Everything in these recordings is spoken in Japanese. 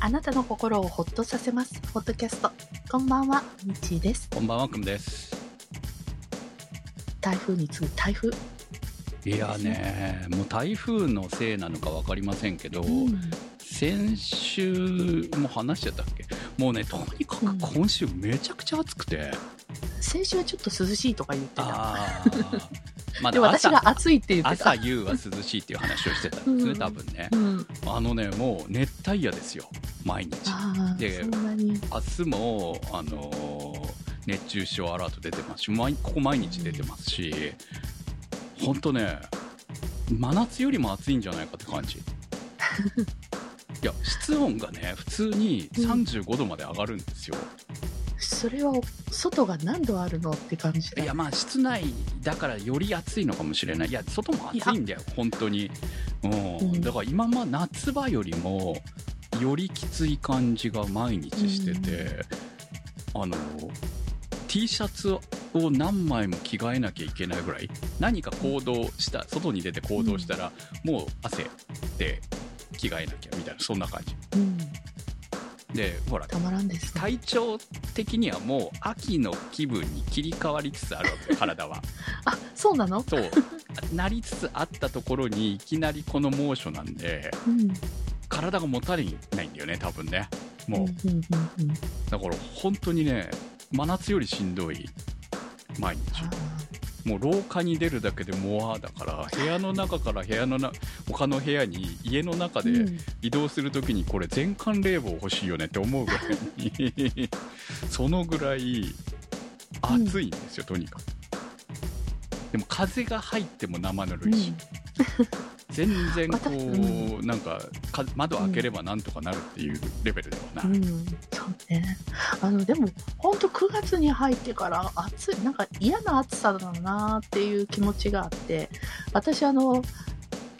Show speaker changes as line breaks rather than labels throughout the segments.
あなたの心をほっとさせます。ポッドキャスト。こんばんは、みっちーです。
こんばんは、くむです。
台風に次ぐ台風。
いやね、もう台風のせいなのか分かりませんけど、
うん
先週も話しちゃったっけもうね、とにか
う
く
ん
今週めちゃくちゃ暑くて、
先週はちょっと涼しいとか言ってた。
ああ、 ま
で、
だ
私
朝、
が暑いって言って
朝
た。
夕は涼しいっていう話をしてたんです
う
ね、
ん
多分ね。
うん。
あのね、もう熱帯夜ですよ、毎日。
ああ、
で
そんなに。
明日も、あのー熱中症アラート出てますし毎ここ毎日出てますし本当ね真夏よりも暑いんじゃないかって感じいや室温がね普通に35度まで上がるんですよ、
それは、外が何度あるのって感じだ。
いやまあ室内だからより暑いのかもしれないいや外も暑いんだよ本当にうん、
うん
だから今ま夏場よりもよりきつい感じが毎日してて、あの T シャツを何枚も着替えなきゃいけないぐらい何か行動した外に出て行動したら、もう汗で着替えなきゃみたいなそんな感じ
うん。
でほら
たまらんですね。
体調的にはもう秋の気分に切り替わりつつあるわけ体は
あ、そうなの
と なりつつあったところにいきなりこの猛暑なんで
うん。
体がもたれないんだよね多分ねもう、
んうんうんうん。
だから本当にね真夏よりしんどい毎日
あ
もう廊下に出るだけでもわーだから部屋の中から部屋のな他の部屋に家の中
あう
で
ん
移動するときにこれ全館冷房欲しいよねって思うぐらいに そのぐらい暑いんですよ、とにかくでも風が入っても生ぬるいし、全然こ
私
う、なんかか窓開ければなんとかなるっていうレベルではな
う
い、
ん、そうね。あの、でも、本当9月に入ってから暑い、なんか嫌な暑さだなっていう気持ちがあって、私、あの、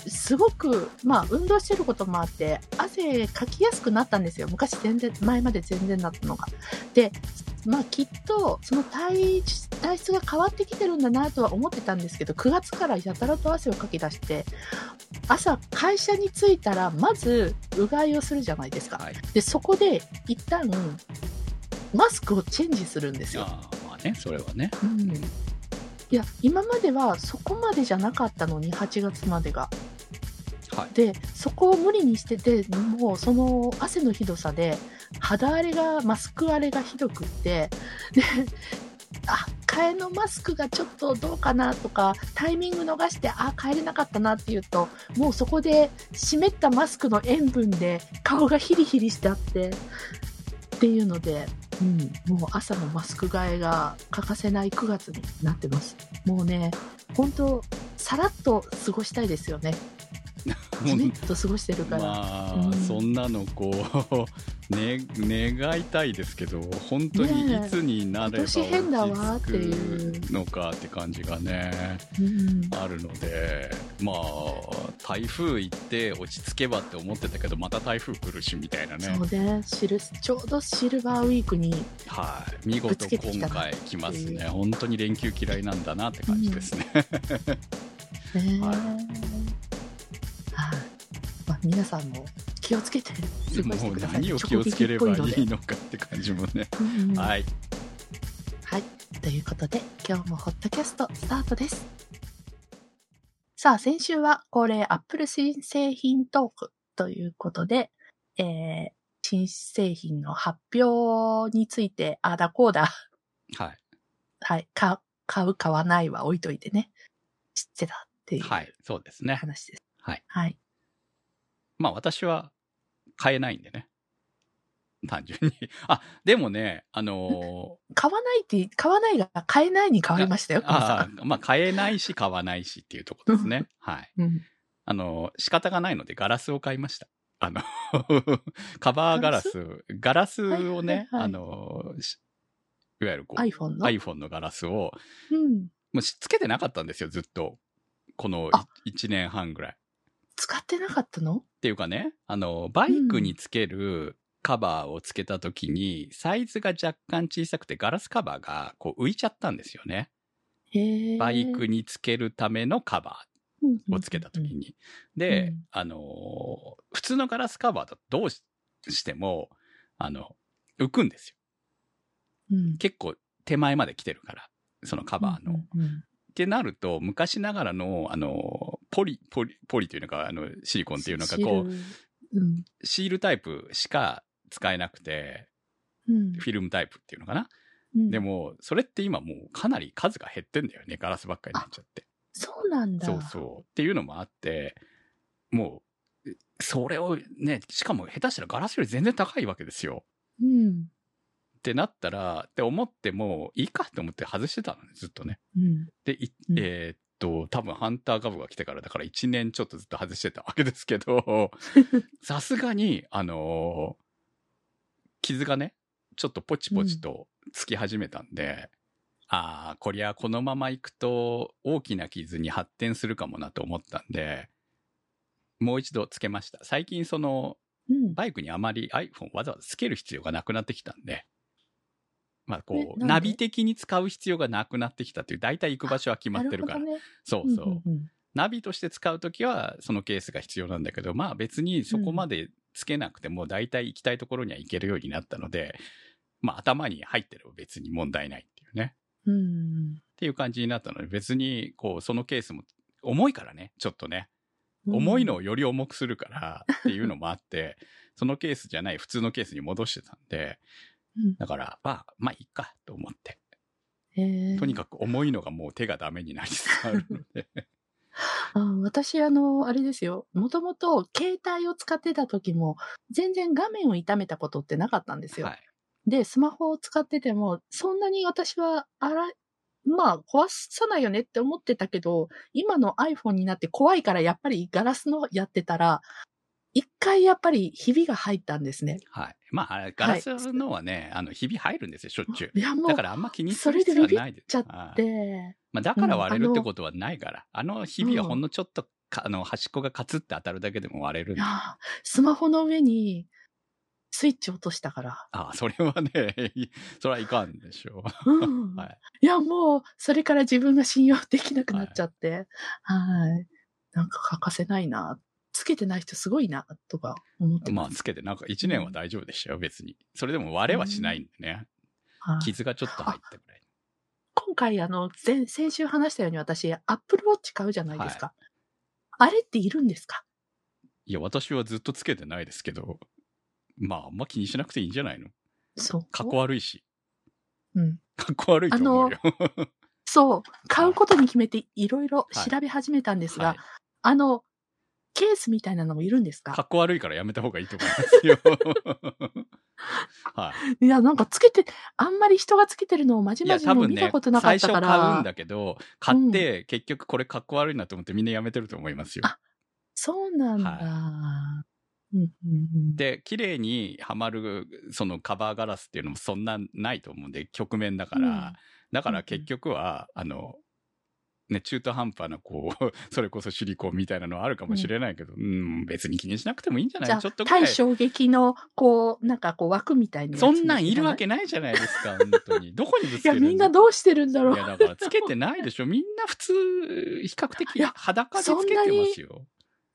すごく、まあ、運動してることもあって、汗かきやすくなったんですよ。昔全然、前まで全然だったのが。で、まあ、きっと、その体、体質が変わってきてるんだなとは思ってたんですけど、9月からやたらと汗をかき出して、朝、会社に着いたら、まず、うがいをするじゃないですか。
はい
でそこで一旦マスクをチェンジするんですよ、
あーまあねそれはね
うん、いや今まではそこまでじゃなかったのに8月までが
はい
でそこを無理にしててもうその汗のひどさで肌荒れがマスク荒れがひどくってであ替えのマスクがちょっとどうかなとかタイミング逃してあ替えれなかったなっていうともうそこで湿ったマスクの塩分で顔がヒリヒリしてあってっていうので、うん、もう朝のマスク替えが欠かせない9月になってますもうね本当さらっと過ごしたいですよねじめっと過ごしてるから、
まあ、
うん
そんなのこう、 ね、願いたいですけど本当にい
ねえ
つになれば落ち
今年変だわーっていう
着くのかって感じがね
うん
あるのでまあ台風行って落ち着けばって思ってたけどまた台風来るしみたいなね
そうねシルちょうどシルバーウィークに
はい見
ぶつ
事
けてきたな
今回来ますね本当に連休嫌いなんだなって感じですね、
ね、
はい
はいまあ、皆さんも気をつけて過ごし
も
て
う
ください
何を気をつければい
直撃っぽ
い
ので
のかって感じもね、
うんうん
はい
はい。ということで、今日もホットキャストスタートです。さあ、先週は恒例 Apple 新製品トークということで、えー、新製品の発表について、あーだこうだ、
は
はい、か買う、買わないは置いといてね、知ってたってい
いうはいそうですね
話です。
はい。
はい。
まあ私は買えないんでね。単純に。あ、でもね、あの
買わないって、買わないが買えないに変わりましたよ、
ー、
このさ
あーまあ買えないし買わないしっていうところで すね。はい。
うん。
あのー仕方がないのでガラスを買いました。あの、 カバーガラス、ガラスをね、
はいはいはい
あのー、しいわゆるこう、
iPhone の。
iPhone のガラスを、
うん。
もうしつけてなかったんですよ、ずっと。この
あ
1年半ぐらい。
使ってなかったの
っていうかね、あの、バイクにつけるカバーをつけた時に、サイズが若干小さくて、ガラスカバーがこう浮いちゃったんですよね。
へー
バイクにつけるためのカバーをつけた時に。
う
で
ん、
あのー普通のガラスカバーだとどうししても、あの、浮くんですよ。
うん。
結構手前まで来てるから、そのカバーの。っ
うん
てなると、昔ながらの、あの、ポリ、ポリ、ポリというのか、あの、シリコンっていうのか、こ
う。
う、
うん。
シールタイプしか使えなくて、
うん
フィルムタイプっていうのかな。
うん
で。も、それって今もうかなり数が減ってんだよね。ガラスばっかりになっちゃって。
そうなんだ。
そうそう。っていうのもあって、もう、それをね、しかも下手したらガラスより全然高いわけですよ。
う。うん。
ってなったら、って思っても、いいかと思って外してたのね、ずっとね。
うん。
で、い
うん
えーっと、多分ハンターガブが来てからだから1年ちょっとずっと外してたわけですけど、 さすがに、あのー傷がね、ちょっとポチポチとつき始めたんで、ああ、こりゃこのまま行くと大きな傷に発展するかもなと思ったんで、もう一度つけました。最近その
うん。
バイクにあまり iPhone わざわざつける必要がなくなってきたんで、まあ
え
こ
なん
う、
で
ナビ的に使う必要がなくなってきたという、大体行く場所は決まってるから。
なほどね
そうそう。
んん
ナビとして使うときはそのケースが必要なんだけど、まあ別にそこまでつけなくても大体行きたいところには行けるようになったので、まあ頭に入ってれば別に問題ないっていうね。
うん。うん
っていう感じになったので、別にこうそのケースも重いからね、ちょっとね。
うん。
重いのをより重くするからっていうのもあって、 そのケースじゃない普通のケースに戻してたんで、
うん
だから、まあ、まあいいかと思って。
へー
とにかく重いのがもう手がダメになりつつあるので。
あ私、あの、あれですよ。もともと携帯を使ってた時も、全然画面を痛めたことってなかったんですよ。
はい。
で、スマホを使ってても、そんなに私は、あら、まあ、壊さないよねって思ってたけど、今の iPhone になって怖いから、やっぱりガラスのやってたら、一回やっぱりひびが入ったんですね。
はい。まあ、あれガラスのはね、あの、ひび入るんですよ、しょっちゅう。
いや、もう
だか、らあんま気にする必要はないです。
ちゃっ
はい
で、
まあ、だから割れるってことはないから。あのひびはほんのちょっとか、あの、端っこがカツって当たるだけでも割れるん
い
で
や。スマホの上にスイッチ落としたから。
ああ、それはね、 それはいかんでしょう。
うん。
はい。
いや、もう、それから自分が信用できなくなっちゃって、はい。なんか欠かせないな。つけてない人すごいな、とか思って
ま
ま
あ、
す。
つけてなんか1年は大丈夫でしたよ、別に。それでも割れはしないんでね。
はい
傷がちょっと入ったぐらい。
今回、あの、前、先週話したように私、Apple Watch 買うじゃないですか。あれっているんですか
いや、私はずっとつけてないですけど、まあ、あんま気にしなくていいんじゃないの
そう。
かっこ悪いし。
うん。
かっこ悪いと 思うよ。
そう。買うことに決めて、いろいろ調べ始めたんですが、
はい
あの、ケースみたいなのもいるんです
か
か
っこ悪いからやめた方がいいと思いますよ。 はい
や、なんかつけて、あんまり人がつけてるのをまじ
い。い
ま
や、
じ
多
も
分
見た
ね
こと、なか
最
った
初
か
買
ら。
うんだけど、買って、結局これかっこ悪いなと思ってみんなやめてると思いますよ。
あそうなんだ。うんうんうん
で、綺麗にはまる、そのカバーガラスっていうのもそんなないと思うんで、局面だから。
うん
だから結局は、あの、ね、中途半端な、こう、そ れこそシリコンみたいなのはあるかもしれないけど、うん、別に気にしなくてもいいんじゃない
じゃあ
ちょっと、ぐらい
対衝撃の、こう、なんかこう枠みたいなやつ
そ
に
んなんいるわけないじゃないですか、本当に。どこにぶつ
い
け
や、
るの
みんなどうしてるんだろ
いや、
う。
だからつけてないでしょ。みんな普通、比較
い
的
や
裸でつけてますよ。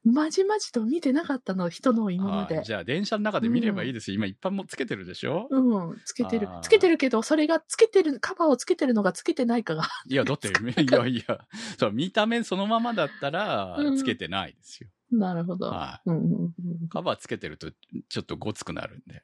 まじまじと見てなかったの、人のを今ま
は
で
い。じゃあ、電車の中で見ればいいですよ。今、一般もつけてるでしょ、
うん、つけてる
あー。
つけてるけど、それがつけてる、カバーをつけてるのがつけてないかが。
いや、だって、いやいや、そう、見た目そのままだったら
う、ん
つけてないですよ。
なるほど。
は
うんうんうん
い。カバーつけてると、ちょっとごつくなるんで。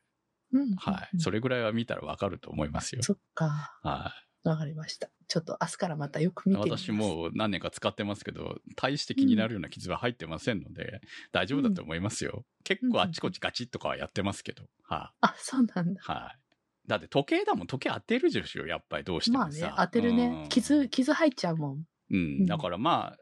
うんうん。
はい。それぐらいは見たらわかると思いますよ。
そっか。
は
わかりました。ちょっと明日からまたよく
い。
見てみます
私もう何年か使ってますけど、大して気になるような傷は入ってませんので、大丈夫だと思いますよ。結構あっちこっちガチッとかはやってますけど。はい。
あ、そうなんだ。
はい。だって時計だもん、時計当てるでしょ、やっぱりどうして
まあ
もさ。
ね、当てる
う
ね
ん。
傷、。傷入っちゃうもん。
うん、だからま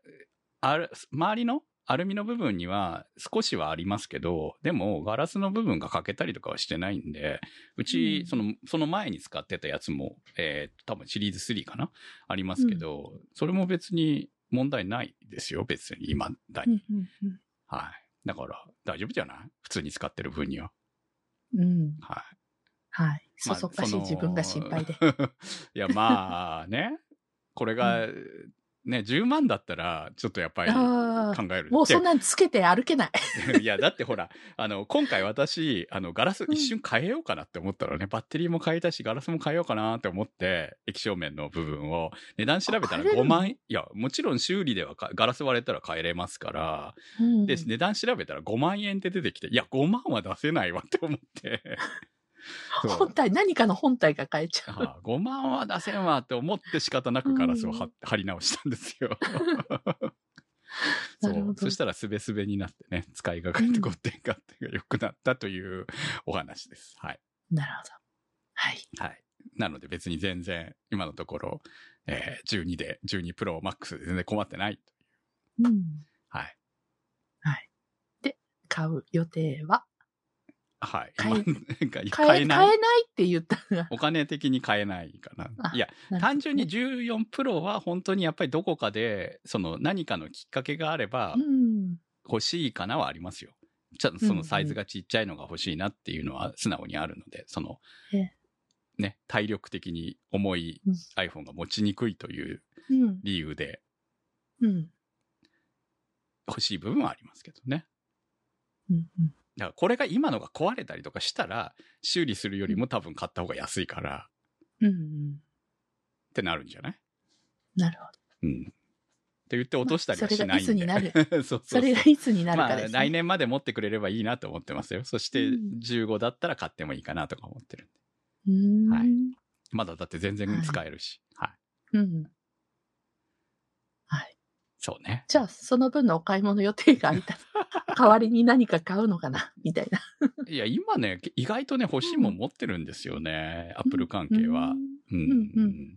あ、ある周りのアルミの部分には少しはありますけど、でもガラスの部分が欠けたりとかはしてないんで、うち、
うん
その、その前に使ってたやつも、えー多分シリーズ3かなありますけど、それも別に問題ないですよ、別に今だ
う
に。
んうん
はい。だから大丈夫じゃない普通に使ってる分には。
うん。うん。
はい。
はい。
ま
そそ
あ
っかしい
の
自分が心配で。
いや、まあね。これが、ね、10万だったら、ちょっとやっぱり考
ああ、
える。
もうそんなんつけて歩けない。
でいや、 だってほら、あの、今回私、あの、ガラス
うん
一瞬変えようかなって思ったのね、バッテリーも変えたし、ガラスも変えようかなって思って、液晶面の部分を、値段調べた
あ変え
ら
れる
5
の
万円、いや、もちろん修理ではかガラス割れたら変えれますから、
うん
で、値段調べたら5万円って出てきて、いや、5万は出せないわって 思って。そう
本体、何かの本体が変えちゃう。
ああ5万は出せんわって思って仕方なくガラスをは
うん
貼り直したんで すよ。
な
そ
るほ
う
ど
そしたらすべすべになってね使いがかって5点勝手が良くなったというお話です。はい、
なるほど。はい。
はい、なので別に全然今のところ、えー12で12プロマックスで全然困ってない。
うん。
はい
買う予定は
はい、
買え
今買
買
え
え、
ない
買えないって言ったら。
お金的に買えないかな
あ。
いや、
なるほどね
単純に14プロは本当にやっぱりどこかで、その何かのきっかけがあれば
うん。
欲しいかなはありますよ。ちゃそのサイズがちっちゃいのが欲しいなっていうのは素直にあるので、その
ええ、
ね、体力的に重い
うん
iPhone が持ちにくいという
うん。
理由で
うん。
欲しい部分はありますけどね。
うん。うん
だからこれが今のが壊れたりとかしたら、修理するよりも多分買った方が安いから
うん。うん。
ってなるんじゃない
なるほど。
うん。って言って落としたりはしないんで。
それがいつになる。
そうそうそ
そうれがいつになる
ま
か
あ
です、ね。
来年まで持ってくれればいいなと思ってますよ。そして
うん
15だったら買ってもいいかなとか思ってる。
うーん。
はいまだだって全然使えるし。はい。
うん。はい。
そうね。
じゃあ、その分のお買い物予定がありた。 代わりに何か買うのかなみたいな。
いや、今ね、意外とね、欲しいもん持ってるんですよね。アップル関係は。うん。
うんうん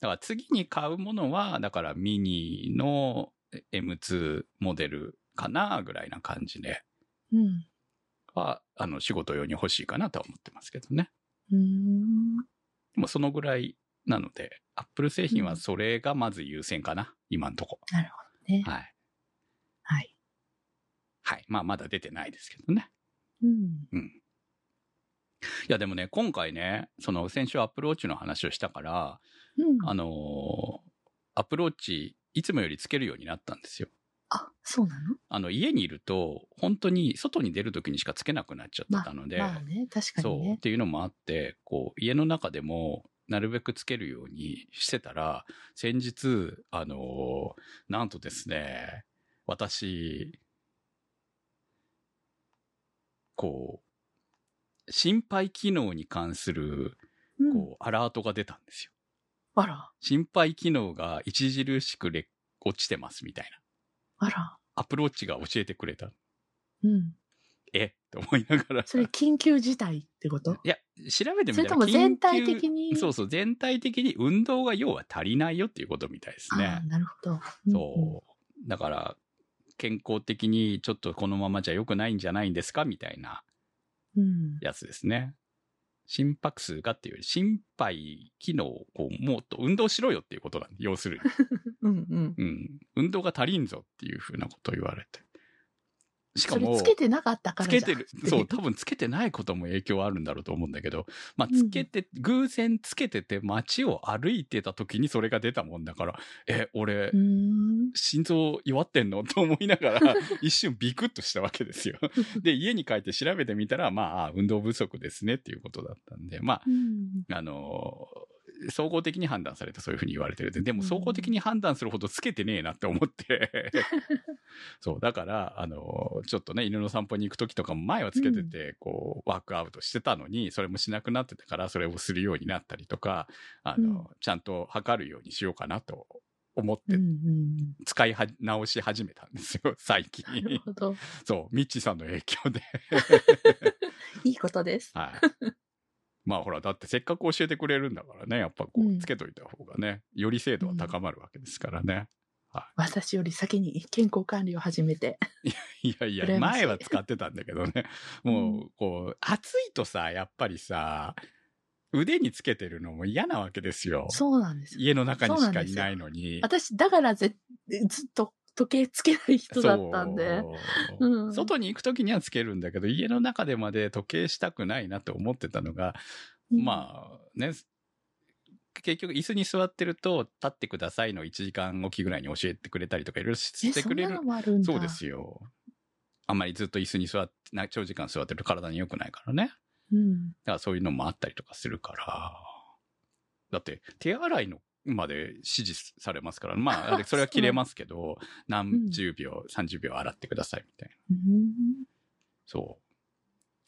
だから次に買うものは、だからミニの M2 モデルかなぐらいな感じで
うん。うん。
は、あの、仕事用に欲しいかなとは思ってますけどね。
うーん。
でもそのぐらいなので、アップル製品
う
は
ん
それがまず優先かな、今んとこ。
なるほどね。
はい。
はい。
はい。まあ、まだ出てないですけどね。
うん。
いや、でもね、今回ね、その、先週アップルウォッチの話をしたから、
うん。
あのーアップルウォッチ、いつもよりつけるようになったんですよ。
あ、そうなの
あの、家にいると、本当に外に出るときにしかつけなくなっちゃってたので、
まあね、確かに
そうっ
ね。
ていうのもあってこう家の中でもなるべくつけるようにしてたら先日あのーなんとですね私こう心肺機能に関する
うん。
こうアラートが出たんですよ。
あら、
心肺機能が著しく劣落ちてますみたいな。
あら。
アプローチが教えてくれた。
うん。
えと思いながら。
それ緊急事態ってこと
いや、調べてみたら
それとも全体的に
緊急そうそう、全体的に運動が要は足りないよっていうことみたいです
あ
ね
あ、。なるほど。
そう。だから、健康的にちょっとこのままじゃ良くないんじゃないんですかみたいな
うん。うん。
やつですね。心拍数がっていうより、心肺機能をこうもっと運動しろよっていうことなんで、要するに。
うんうん。
うん。運動が足りんぞっていうふうなことを言われて。しか
それ
も、
つけてなかったから
つ
じゃ
け
ん
てる、そう、多分つけてないことも影響あるんだろうと思うんだけど、まあ、
うん
つけて、偶然つけてて街を歩いてた時にそれが出たもんだから、え、
う、
俺
ー ん。
心臓弱ってんのと思いながら、 一瞬ビクッとしたわけですよ。で、家に帰って調べてみたら、まあ、運動不足ですねっていうことだったんで、ま
うん。
あ、あのー総合的に判断されてそういうふうに言われてるで、でも
うん
総合的に判断するほどつけてねえなって思 って。そう、だから、あの、ちょっとね、犬の散歩に行く時とかも前はつけてて、こう、ワークアウトしてたのに、それもしなくなってたから、それをするようになったりとか、あの、
う
ちゃんと測るようにしようかなと思っ
うんう
て、
ん。
使いは直し始めたんですよ、最近。
なるほど。
そう、ミッチーさんの影響で。
いいことです。
はい。 まあほら、だってせっかく教えてくれるんだからね、やっぱこ
う
う、
ん
つけといた方がね、より精度は高まるわけですからね。
私より先に健康管理を始めて。
いやいや、
羨ましい
前は使ってたんだけど ね。
う
もう、こう、暑いとさ、やっぱりさ、腕につけてるのも嫌なわけですよ。
そうなんですよ。
家の中に
そうな
し
ん
か
で
い
すよ
ないのに。
私、だからぜずっと時計つけない人だったんで。
そう
うん
外に行く時にはつけるんだけど、家の中でまで時計したくないなって思ってたのが、
うん
まあね、結局椅子に座ってると、立ってくださいの1時間おきぐらいに教えてくれたりとかいろいろ
え、
して
そ
く
ん
れ
な
る
の。もあるんだ。
そうですよ。あんまりずっと椅子に座って、な長時間座ってると体に良くないからね。
うん。
だからそういうのもあったりとかするから。だって、手洗いのまで指示されますから、まあ、あれそれは切れます けど、何十秒、30秒洗ってくださいみたいな。
うん
そ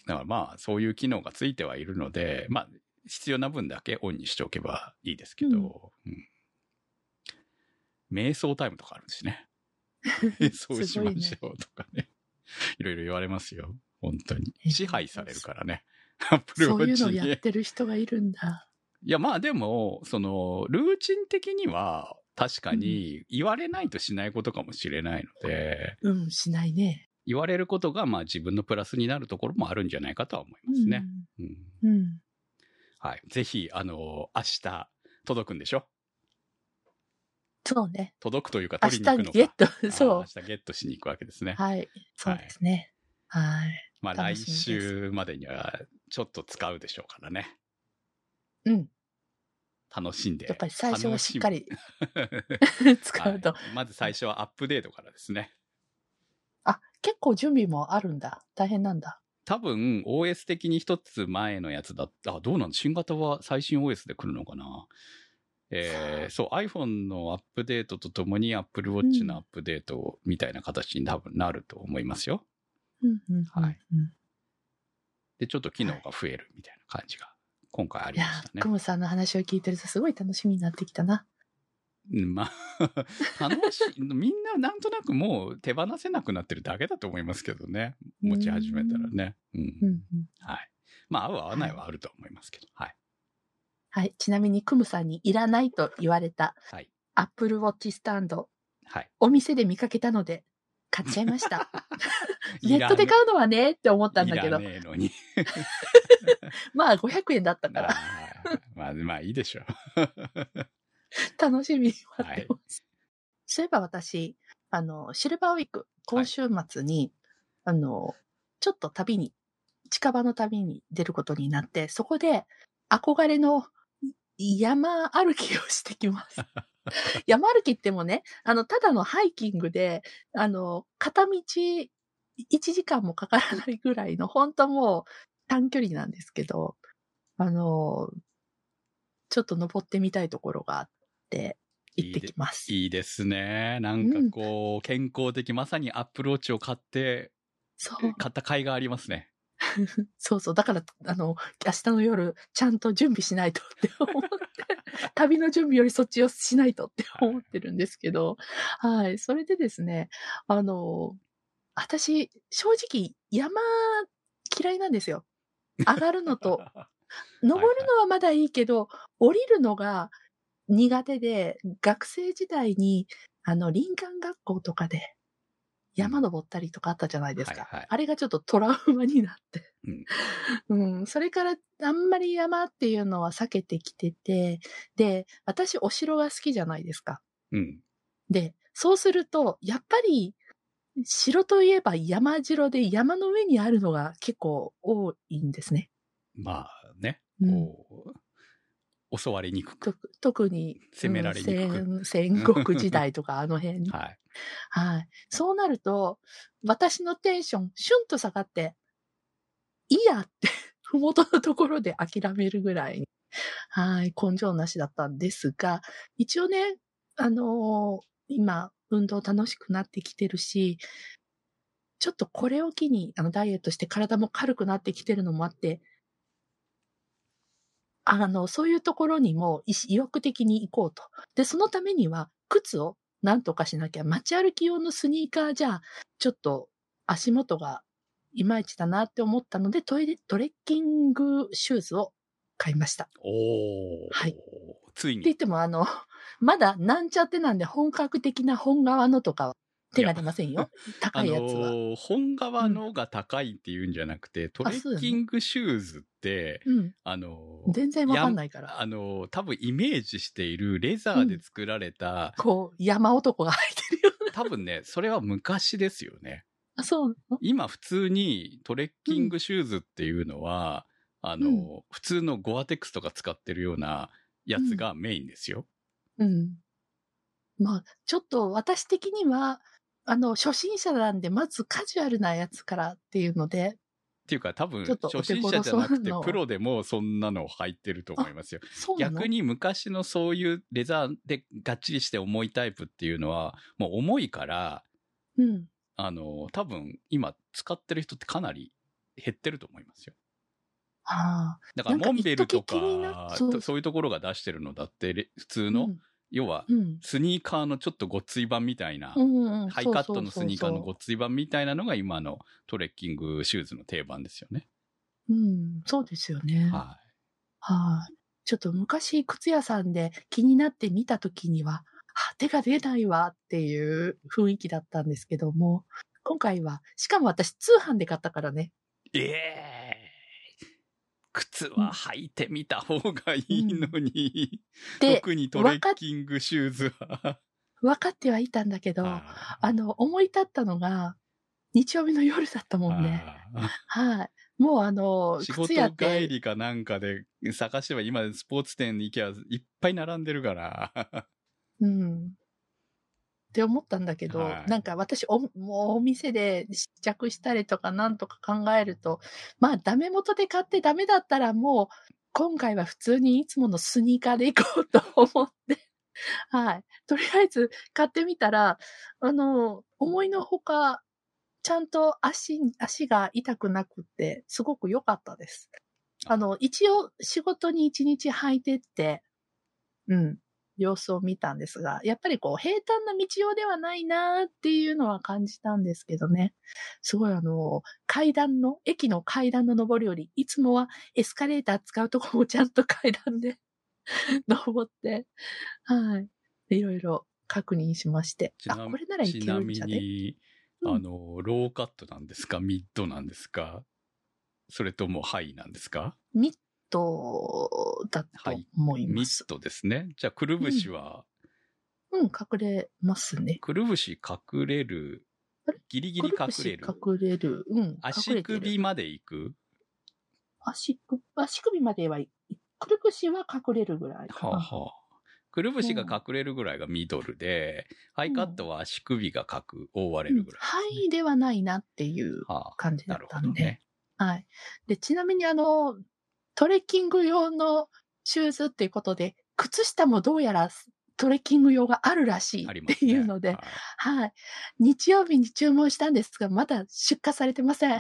う。だからまあ、そういう機能がついてはいるので、まあ、必要な分だけオンにしておけばいいですけど、うん瞑想タイムとかあるしね。 瞑想しましょうとかね。いろいろ言われますよ。本当に。
えー
支配されるからね。アップルウ
そう
ォ
い
ッ
う
チ
の
に。
やってる人がいるんだ。
いや、まあでも、その、ルーチン的には、確かに、言われないとしないことかもしれないので、
うん、しないね。
言われることが、まあ自分のプラスになるところもあるんじゃないかとは思いますね。うん
うん。うん。
はい。ぜひ、あの、明日、届くんでしょ
そうね。
届くというか、
明
取りに行
日
くの
に
か。
ゲッ
あ
ト。
ー
そう。
明日ゲットしに行くわけですね。
はい。そうですね。はい。
まあ、
楽
来
しみです
週までには、ちょっと使うでしょうからね。
うん。
楽しんで。
やっ ぱり最初はしっかり使うと。
はいまず最初はアップデートからですね。
あ、結構準備もあるんだ。大変なんだ。
多分 OS 的に一つ前のやつだった。あ、どうなの新型は最新 OS で来るのかなえー、そう、iPhone のアップデートとともに Apple Watch のアップデートみたいな形に多分なると思いますよ。
うんうんうん。
はい
うん。
で、ちょっと機能が増えるみたいな感じが今回あ
い
り
や
ました
ー、ク
ね。
ムさんの話を聞いてるとすごい楽しみになってきたな。
うんまあ、 楽しい。みんななんとなくもう手放せなくなってるだけだと思いますけどね。持ち始めたらね。うん。
うんうん。
はい。まあ、合う合わないはあると思いますけど。はい。
はい。ちなみに、クムさんにいらないと言われた、
はい。
アップルウォッチスタンド、
はい。
お店で見かけたので、買っちゃいました。ネ
い
ッ
ら
トで
ね
買うのはねって思ったんだけど
い、らねえ のに。
まあ500円だったか
まあ
ら、
まあ、まあいいでしょう。
楽しみに待
は
って
い
ます。。そういえば私、あの、シルバーウィーク、今週末に、あの、ちょっと旅に、近場の旅に出ることになって、そこで憧れの山歩きをしてきます。山歩きってもね、あの、ただのハイキングで、あの、片道1時間もかからないぐらいの、本当もう短距離なんですけど、あの、ちょっと登ってみたいところがあって、行ってきます。
いいですね。なんかこう、健康的、まさにアップローチを買って、
そう。
買った甲斐がありますね。
そうそう。だから、あの、明日の夜、ちゃんと準備しないとって思って、旅の準備よりそっちをしないとって思ってるんですけど、はい。それでですね、あの、私、正直、山嫌いなんですよ。上がるのと、登るのはまだいいけど、降りるのが苦手で、学生時代に、あの、林間学校とかで、山登ったりとかあったじゃないですか。
はいはい
あれがちょっとトラウマになって。 うん、それからあんまり山っていうのは避けてきてて、で、私お城が好きじゃないですか。
うん。
で、そうすると、やっぱり、城といえば山城で山の上にあるのが結構多いんですね。
まあね、
うん、
こう、襲われにくく。
と特に、
攻められにくく
うん戦戦国時代とかあの辺に。
はい。
はい。そうなると、私のテンション、シュンと下がって、いいやって、 ふもとのところで諦めるぐらいに、はい、根性なしだったんですが、一応ね、あのー今、運動楽しくなってきてるし、ちょっとこれを機に、あの、ダイエットして体も軽くなってきてるのもあって、あの、そういうところにも意思意欲的に行こうと。で、そのためには、靴をなんとかしなきゃ。街歩き用のスニーカーじゃ、ちょっと足元がいまいちだなって思ったので、トイレ、トレッキングシューズを買いました。
おー。
はい
つい
って言
に
っ、ても、あの、 まだなんちゃってなんで本格的な本革のとかは手が出ませんよ。
あ
高い
の
やつは。
ー本側のが高いっていうんじゃなくて、トレッキングシューズって、
うん。
あのー
全然わかんないから。
あのー多分イメージしているレザーで作られた、
こう、山男が入ってるよう な。
多分ね、それは昔ですよね。
あそうなの
今普通にトレッキングシューズっていうのは、あの、
うん
普通のゴアテックスとか使ってるような、やつがメインですよ。
うん。まあ、ちょっと私的には、あの、初心者なんで、まずカジュアルなやつからっていうので、
っていうか多分
ちょっと
初心者じゃなくて
お手頃そうなの
プロでもそんなの入ってると思いますよ。
そうなの
逆に昔のそういうレザーでがっちりして重いタイプっていうのはもう重いから、
うん。
あの、多分今使ってる人ってかなり減ってると思いますよ。
ああ。
だから
なんか
モンベルと
一時気にな
か
っ、そ
そうういうところが出してるのだってれ普通の、
うん
要は
うん。
スニーカーのちょっとごっつい版みたいな、
うんうん、
ハイカットの
そうそうそうそう
スニーカーのごっつい版みたいなのが今のトレッキングシューズの定番ですよね。
うん、そうですよね。はい、
は
ちょっと昔、靴屋さんで気になって見たときには、あ手が出ないわっていう雰囲気だったんですけども、今回は、しかも私通販で買ったからね。
い。ええ靴は履いてみた方がいいのに、
で、
特にトレッキングシューズは。
分かってはいたんだけど、あ
あ
の、思い立ったのが、日曜日の夜だったもんね。
あ
はい。もうあの、
ー仕
靴
事
屋っ
帰
て、
りかなんかで探せば今スポーツ店に行けばいっぱい並んでるから。
うん。って思ったんだけど、
はい
なんか私お、もうお店で試着したりとかなんとか考えると、まあダメ元で買ってダメだったらもう、今回は普通にいつものスニーカーで行こうと思って、 はい。とりあえず買ってみたら、あの、思いのほか、ちゃんと足に、足が痛くなくて、すごく良かったです。あの、一応仕事に一日履いてって、うん、様子を見たんですが、やっぱりこう平坦な道用ではないなーっていうのは感じたんですけどね。すごいあの、階段の、駅の階段の上りより、いつもはエスカレーター使うとこもちゃんと階段で 登って、はい。いろいろ確認しまして。
ち
あ、
な
これならいけ
ちな
るん
み
じゃね
に、
うん
あの、ローカットなんですかミッドなんですかそれともハイなんですか
ミッドだと思い
ミ
ま
ッ
す。
ドですね。じゃあ、くるぶしは、
うん、隠れますね。
くるぶし隠れる
あれ、
ギリギリ隠
く。
れる
ぶし隠れる。うん。隠
足
れてる
首まで行く
足首、足首まではい、くるぶしは隠れるぐらいか
は
な。
あはあ。くるぶしが隠れるぐらいがミドルで、ハイカットは足首が隠、覆われ
うん
るぐらい。
範囲ではないなっていう
はあ。
感じだ
な
っ
る
た
ほど
んで。
ね。
はい。で、ちなみにあの、トレッキング用のシューズっていうことで、靴下もどうやらトレッキング用があるらしい
あり
っ
ます、ね。
ていうので、
はい
はい。日曜日に注文したんですが、まだ出荷されてま せん。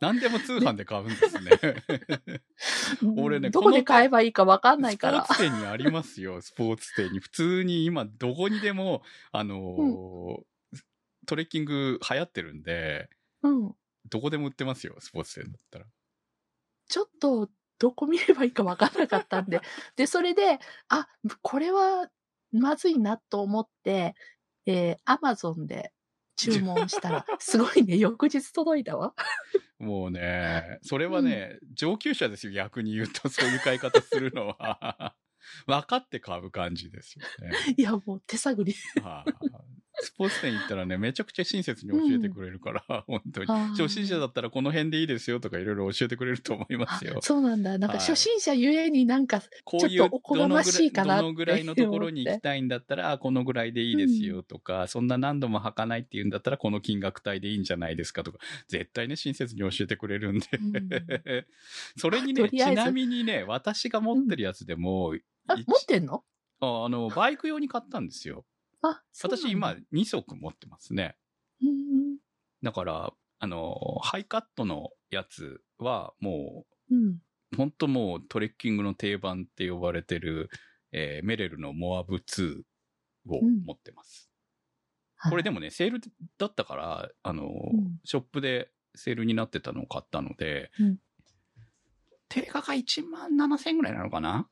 何でも通販で買うんです ね。俺ね
どこ
こ
で
の
買えばいいかわかんないか
ス
ら
ポ。ーツ店にありますよ、スポーツ店に。普通に今、どこにでも、あのートレッキング流行ってるんで、
うん。
どこでも売ってますよ、スポーツ店だったら。
ちょっとどこ見ればいいかわからなかったんで。で、それで、あ、これはまずいなと思って、えー、アマゾンで注文した ら、すごいね、翌日届いたわ。
もうね、それはね、上級者ですよ、逆に言うと、そういう買い方するのは。分かって買う感じですよ ね。
いや、もう手探り。
はいスポーツ店行ったらね、めちゃくちゃ親切に教えてくれるから、本当に。
あー
初心者だったらこの辺でいいですよとかいろいろ教えてくれると思いま
あ
すよ。
そうなんだ。なん
はい
か初心者ゆえになんか、
こういう
ちょっとおこが
どのぐら
ま
い
しいかな
どのぐらいのところに
って
行
思
きたいんだったら、あこのぐらいでいいですよとか、そんな何度も履かないっていうんだったら、この金額帯でいいんじゃないですかとか、絶対ね、親切に教えてくれるんで。 それにね、
と
ち
りあえず
なみにね、私が持ってるやつでも、
あ
一
持ってんの
ああの、バイク用に買ったんですよ。
あ、そうなんだ
私今、2足持ってますね。
うん。
だから、あの、ハイカットのやつは、もう、
うん。
本当もうトレッキングの定番って呼ばれてる、えーメレルのモアブ2を
うん
持ってます。これで
も、
もね、セールだったから、あのー、
うん
ショップでセールになってたのを買ったので、
うん
定価が1万7千円ぐらいなのかな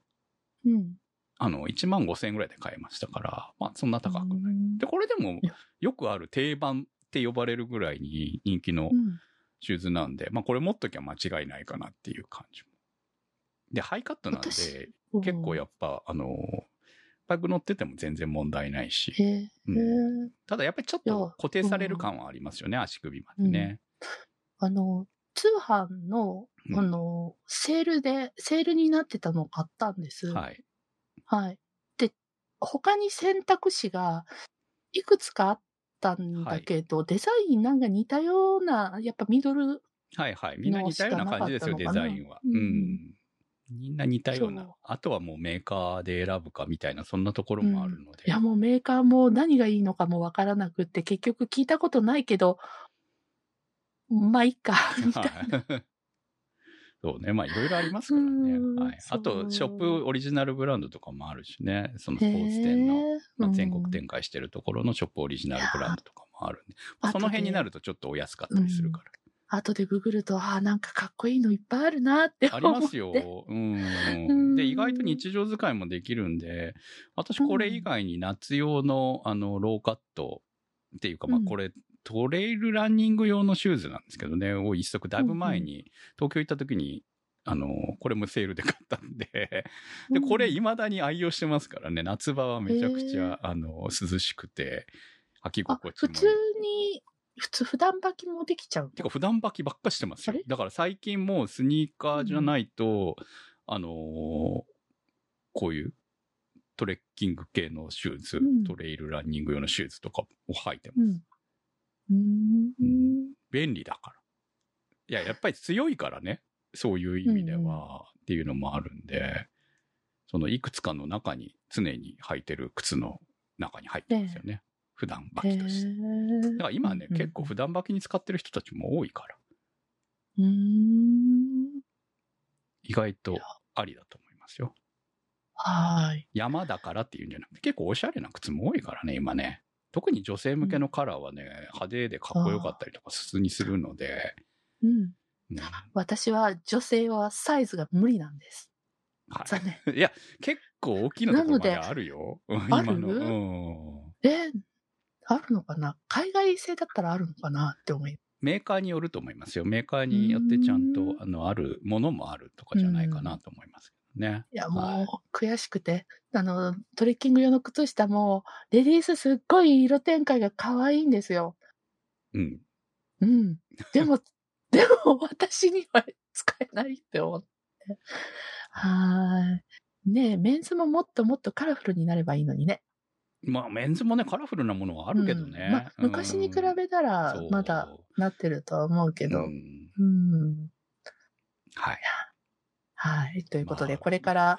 うん。
あの、1万5千円ぐらいで買いましたから、まあそんな高くない。
うん
で、これでも
いや
よくある定番って呼ばれるぐらいに人気の
うん
シューズなんで、まあこれ持っときゃ間違いないかなっていう感じも。で、ハイカットなんで
私、うん
結構やっぱ、あの、バイク乗ってても全然問題ない
へ
し、
えへ
う
え
んただやっぱりちょっ
い
と
や
固定される感はありますよね、足首までね。
あの、通販の
うん
あの、セールで、セールになってたのを買ったんです。はい。
はい。
で、他に選択肢がいくつかあったんだけど、デザインなんか似たような、やっぱミドル、
はいはい。みんな似たような感じですよ、
のし
デ
かなかったのかな
ザインは。
うん
うん。みんな似たよう
そう
な。あとはもうメーカーで選ぶかみたいな、そんなところもあるので。
いやもうメーカーも何がいいのかもわからなくって、結局聞いたことないけど、まあいいか、みたいな。
はいそうね。まあ、いろいろありますからね。
うん
はい。あ
そ
と、
う
ショップオリジナルブランドとかもあるしね。そのスポーツ店の、
へー
まあ、全国展開してるところのショップオリジナルブランドとかもあるんで。まあその辺にな。
うん後で
るとちょっとお安かったりするから。
後でググると、ああ、なんかかっこいいのいっぱいあるなって思
あ
って。
りますよ。うん。
う
で、
ん
意外と日常使いもできるんで、私これ以外に夏用の、あの、ローカットっていうか、まあ
うん
これ、トレイルランニング用のシューズなんですけどね、を一足だいぶ前に、東京行った時に、あの、これもセールで買った んで、で、これ
い
未だに愛用してますからね、夏場はめちゃくち
へ
ゃ、あの、涼しくて、履き
あ
心、
普
地もいい
通に、普通、普段履きもできちゃう。
てか普段履きばっかしてますよ
あれ。
だから最近もうスニーカーじゃないと、あのーこういうトレッキング系のシューズ、
うん
トレイルランニング用のシューズとかを履いてます。
うん。うーん。
便利だから。いや、やっぱり強いからね。そういう意味では、
うんう
っていうのもあるんで、そのいくつかの中に常に履いてる靴の中に入ってますよね。普段履きとして。だから今ね、結構普段履きに使ってる人たちも多いから。
うーん。
意外とありだと思いますよ。
はい。
山だからっていうんじゃなくて、結構おしゃれな靴も多いからね、今ね。特に女性向けのカラーはね、派手でかっこよかったりとか普通にするので、
うん。
ね
私は女性はサイズが無理なんです。
は
残念。
い、いや、結構大きなところまで
なので
あるよ。うん
あ
今
る
の。うん
え、あるのかな海外製だったらあるのかなって思い。
メーカーによると思いますよ。メーカーによってちゃん
う
と
ん
あのあるものもあるとかじゃないかなと思いますけどね。
いや、
は
もう、悔しくて。あの、トレッキング用の靴下も、レディースすっごい色展開が可愛いんですよ。
うん。
うん。でも、 でも私には使えないって思って。はーい。ねえ、メンズももっともっとカラフルになればいいのにね。
まあ、メンズもね、カラフルなものはあるけどね。
うんまあ、昔に比べたら
うん、
まだ
そう
なってるとは思うけど。
う
うん。
んはい。
はい。ということで、
まあ
これ から、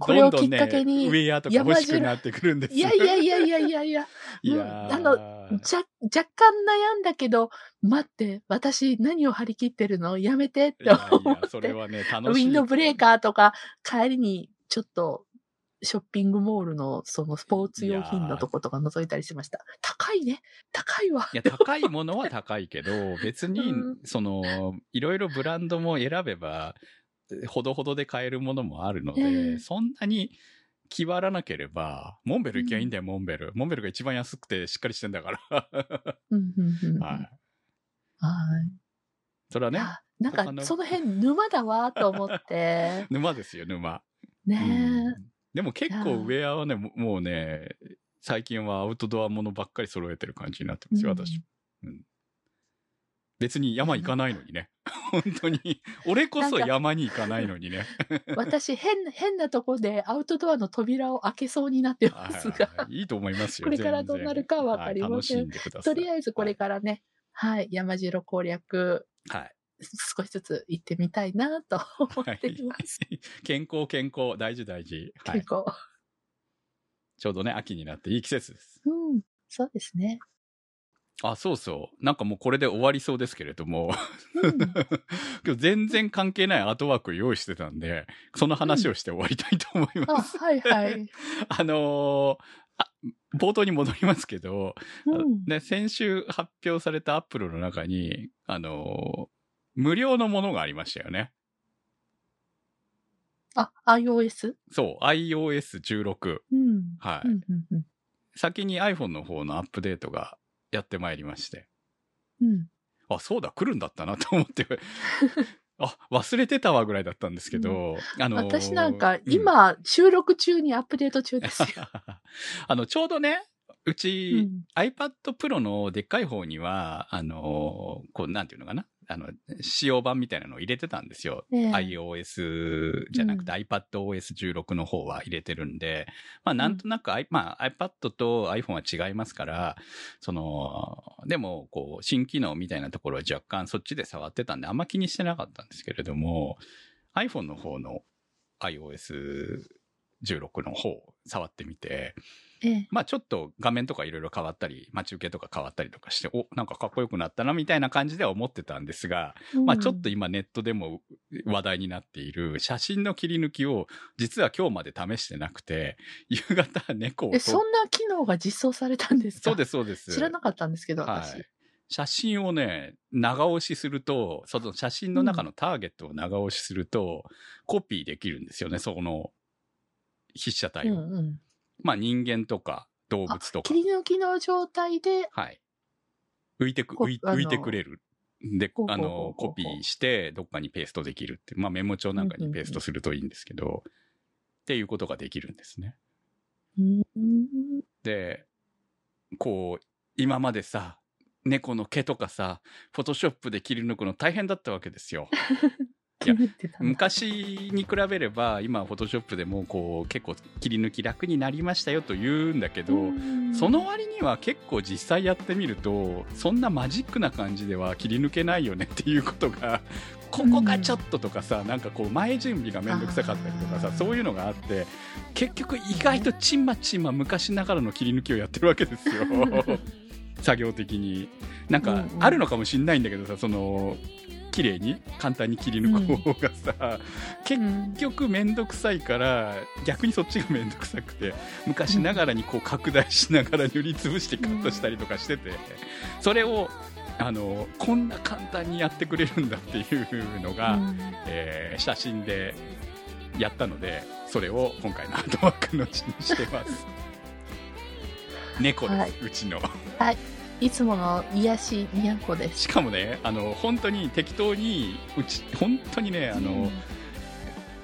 これ
ど
を
んどん
きっかけに
ね、ウェアとか欲しくなってくるんです
いやいやいやいやいやいや、
いやー
あじゃ、若干悩んだけど、待って、私何を張り切ってるのやめてっ
い
て
やい
思っ
やそれ
て。
はね
ウ
楽しい
ィンドブレーカーとか、帰りにちょっと、ショッピングモールのそのスポーツ用品のとことか覗いたりしました。高いね。高いわ
い。や高いものは高いけど別に
うん
そのいろいろブランドも選べばほどほどで買えるものもあるので、
うん
そんなに気張らなければモンベル行きゃいいんだよ、モンベルモンベルが一番安くてしっかりしてんだから
うんうんうんうん
は
はい
いそれはね
あなん
他
か、
の
その辺沼だわと思って。
沼ですよ沼
ね
うんでも結構ウェアはね、ももうね、最近はアウトドアものばっかり揃えてる感じになって
え。
ますよ、私。別に山行かないの にね。本当に。俺こそ山に行かないの にね。
うん私、変な、変なとこでアウトドアの扉を開けそうになって
は
ますが。
いいいと思いますよ。
これから
全然
どうなるかわかりません
はい楽しんでくださ
と
い。
りあえずこれからね、はい、山城攻略、
はい。
少しずつ行ってみたいなと思
は
っていま
い
す。。
健康、健康、大事、大事。は い
結。構、
ちょうどね、秋になっていい季節です。
うん、そうですね。
あ、そうそう。なんかもうこれで終わりそうですけれども。
うん、
今日全然関係ないアートワーク用意してたんで、その話をして終わりたいと思い
あ、
ます。
はい はい。
あのーあ冒頭に戻りますけど、
うん、
ね、先週発表されたアップルの中に、あのー無料のものがありましたよね。
あ、iOS?
そう、iOS16。
うん。
は
う
い。
んうんうん
先に iPhone の方のアップデートがやってまいりまして。
うん
あ、そうだ、来るんだったなと思って。 あ、忘れてたわぐらいだったんですけど、あのー
私なんか、
うん
今、収録中にアップデート中ですよ。
あの、ちょうどね、う
う
ち、
ん
iPad Pro のでっかい方には、あのーこう、なんていうのかな。あの、使用版みたいなのを入れてたんですよ。
ええ
iOS じゃなくて iPadOS16 の方は入れてるんで、まあなんとなく、I まあ、iPad と iPhone は違いますから、その、でもこう新機能みたいなところは若干そっちで触ってたんであんま気にしてなかったんですけれども、iPhone の方の iOS16 の方触ってみて、
ええ
まあちょっと画面とかいろいろ変わったり、待ち受けとか変わったりとかして、お、なんかかっこよくなったなみたいな感じでは思ってたんですが、まあちょっと今ネットでも話題になっている写真の切り抜きを実は今日まで試してなくて、夕方猫を
うんえ、そんな機能が実装されたんですか
そうです、そうです。
知らなかったんですけど、私。
はい。写真をね、長押しすると、その写真の中のターゲットを長押しすると、コピーできるんですよね、そこの筆写体
う
を。
んうん。
まあ人間とか動
あ
物とか
切。り抜きの状態で、
はい。浮いてく、
こ
浮い
あの
浮いてくれる。で
ほう、ほう
あ
ほうほうほ
の
う、
コピーして、どっかにペーストできるっていう。まあメモ帳なんか
うんうんう
に
ん
ペーストするといいんですけど、っていうことができるんですね。
うん
で、こう、今までさ、猫の毛とかさ、フォトショップで切り抜くの大変だったわけで すよ。い
切
や
り抜いてたんだ。
昔に比べれば、今、フォトショップでもこう、結構切り抜き楽になりましたよと言うんだけど、
うん
その割には結構実際やってみるとそんなマジックな感じでは切り抜けないよねっていうこと がここがちょっととかさ、なんかこう前準備がめんどくさかったりとか
あ
さ
ー
そういうのがあって結局意外とちんまちんま昔ながらの切り抜きをやってるわけで すよ作業的になん
うんう
か
ん
あるのかもしんないんだけどさその綺麗に簡単に切り抜く方がさ、結
うん
結局めんどくさいから逆にそっちがめんどくさくて昔ながらにこう拡大しながら塗りつぶしてカットしたりとかしててそれをあのこんな簡単にやってくれるんだっていうのが、
うん
えー写真でやったのでそれを今回のアートワークのうちにしてます 猫です、
はいう
ちの
いつもの癒しにゃんこです。
しかもねあの本当に適当にうち本当にねあの、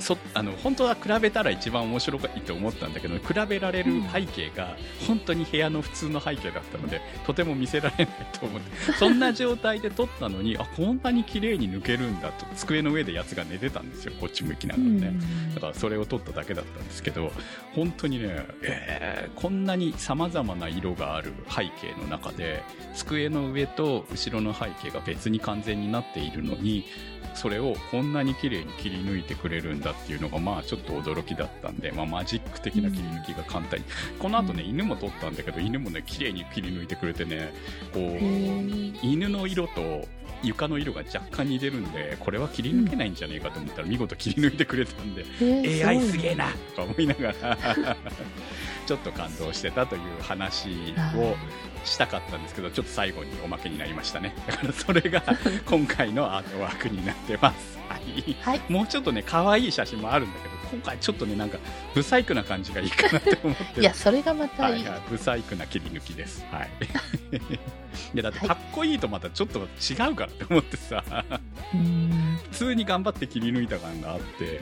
そあの本当は比べたら一番面白いと思ったんだけど比べられる背景が本当に部屋の普通の背景だったのでとても見せられないと思ってそんな状態で撮ったのにあこんなに綺麗に抜けるんだと机の上でやつが寝てたんですよこっち向きな
う
がら
ん、
ね。だからそれを撮っただけだったんですけど本当にね、えーこんなにさまざまな色がある背景の中で机の上と後ろの背景が別に完全になっているのにそれをこんなに綺麗に切り抜いてくれるんだっていうのがまあちょっと驚きだったんで、まあ、マジック的な切り抜きが簡単にこの後ね
う
犬も撮ったんだけど犬もね綺麗に切り抜いてくれてねこ
へ
う
ー
犬の色と床の色が若干似てるんでこれは切り抜けないんじゃねえかと思ったら見事切り抜いてくれたんで
えー
AI
ごい
すげえなとか思いながら ちょっと感動してたという話をしたかったんですけどちょっと最後におまけになりましたねだからそれ が今回のアートワークになってます、はい、
はい。
もうちょっとね可愛い写真もあるんだけど今回ちょっとねなんかブサイクな感じがいいかなって思って
いや、それがまた
はいい
い。
はい、ブサイクな切り抜きですはい いやだって
はい
かっこいいとまたちょっと違うからって思ってさ
うん
普通に頑張って切り抜いた感があって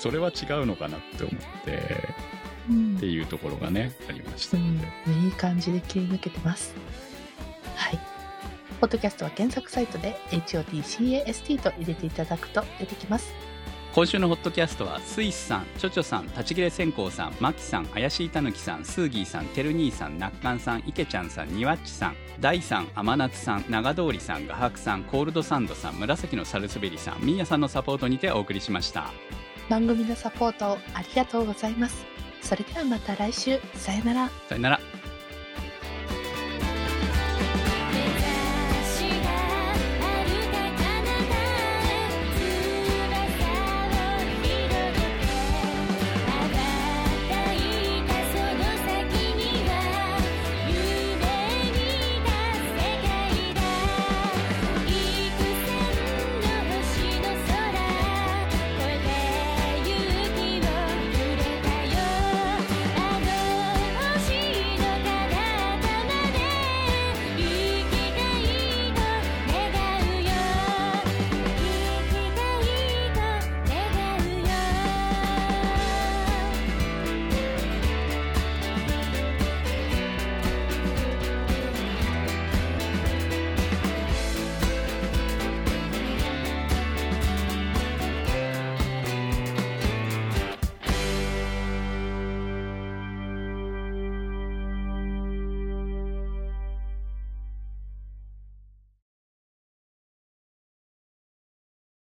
それは違うのかなって思って
うん
っていうところがねありまし
う
たので、
ん、いい感じで切り抜けてます。はい。ポッドキャストは検索サイトで HOTCAST と入れていただくと出てきます。
今週のホットキャストはスイスさんチョチョさん立ち切れ線香さんマキさん怪しいたぬきさんスーギーさんてる兄さんなっかんさんいけちゃんさんにわっちさん大さん天夏さん長通りさん画伯さんコールドサンドさん紫のサルスベリさんみーやさんのサポートにてお送りしました
番組のサポートをありがとうございます。それではまた来週。さよなら。
さよなら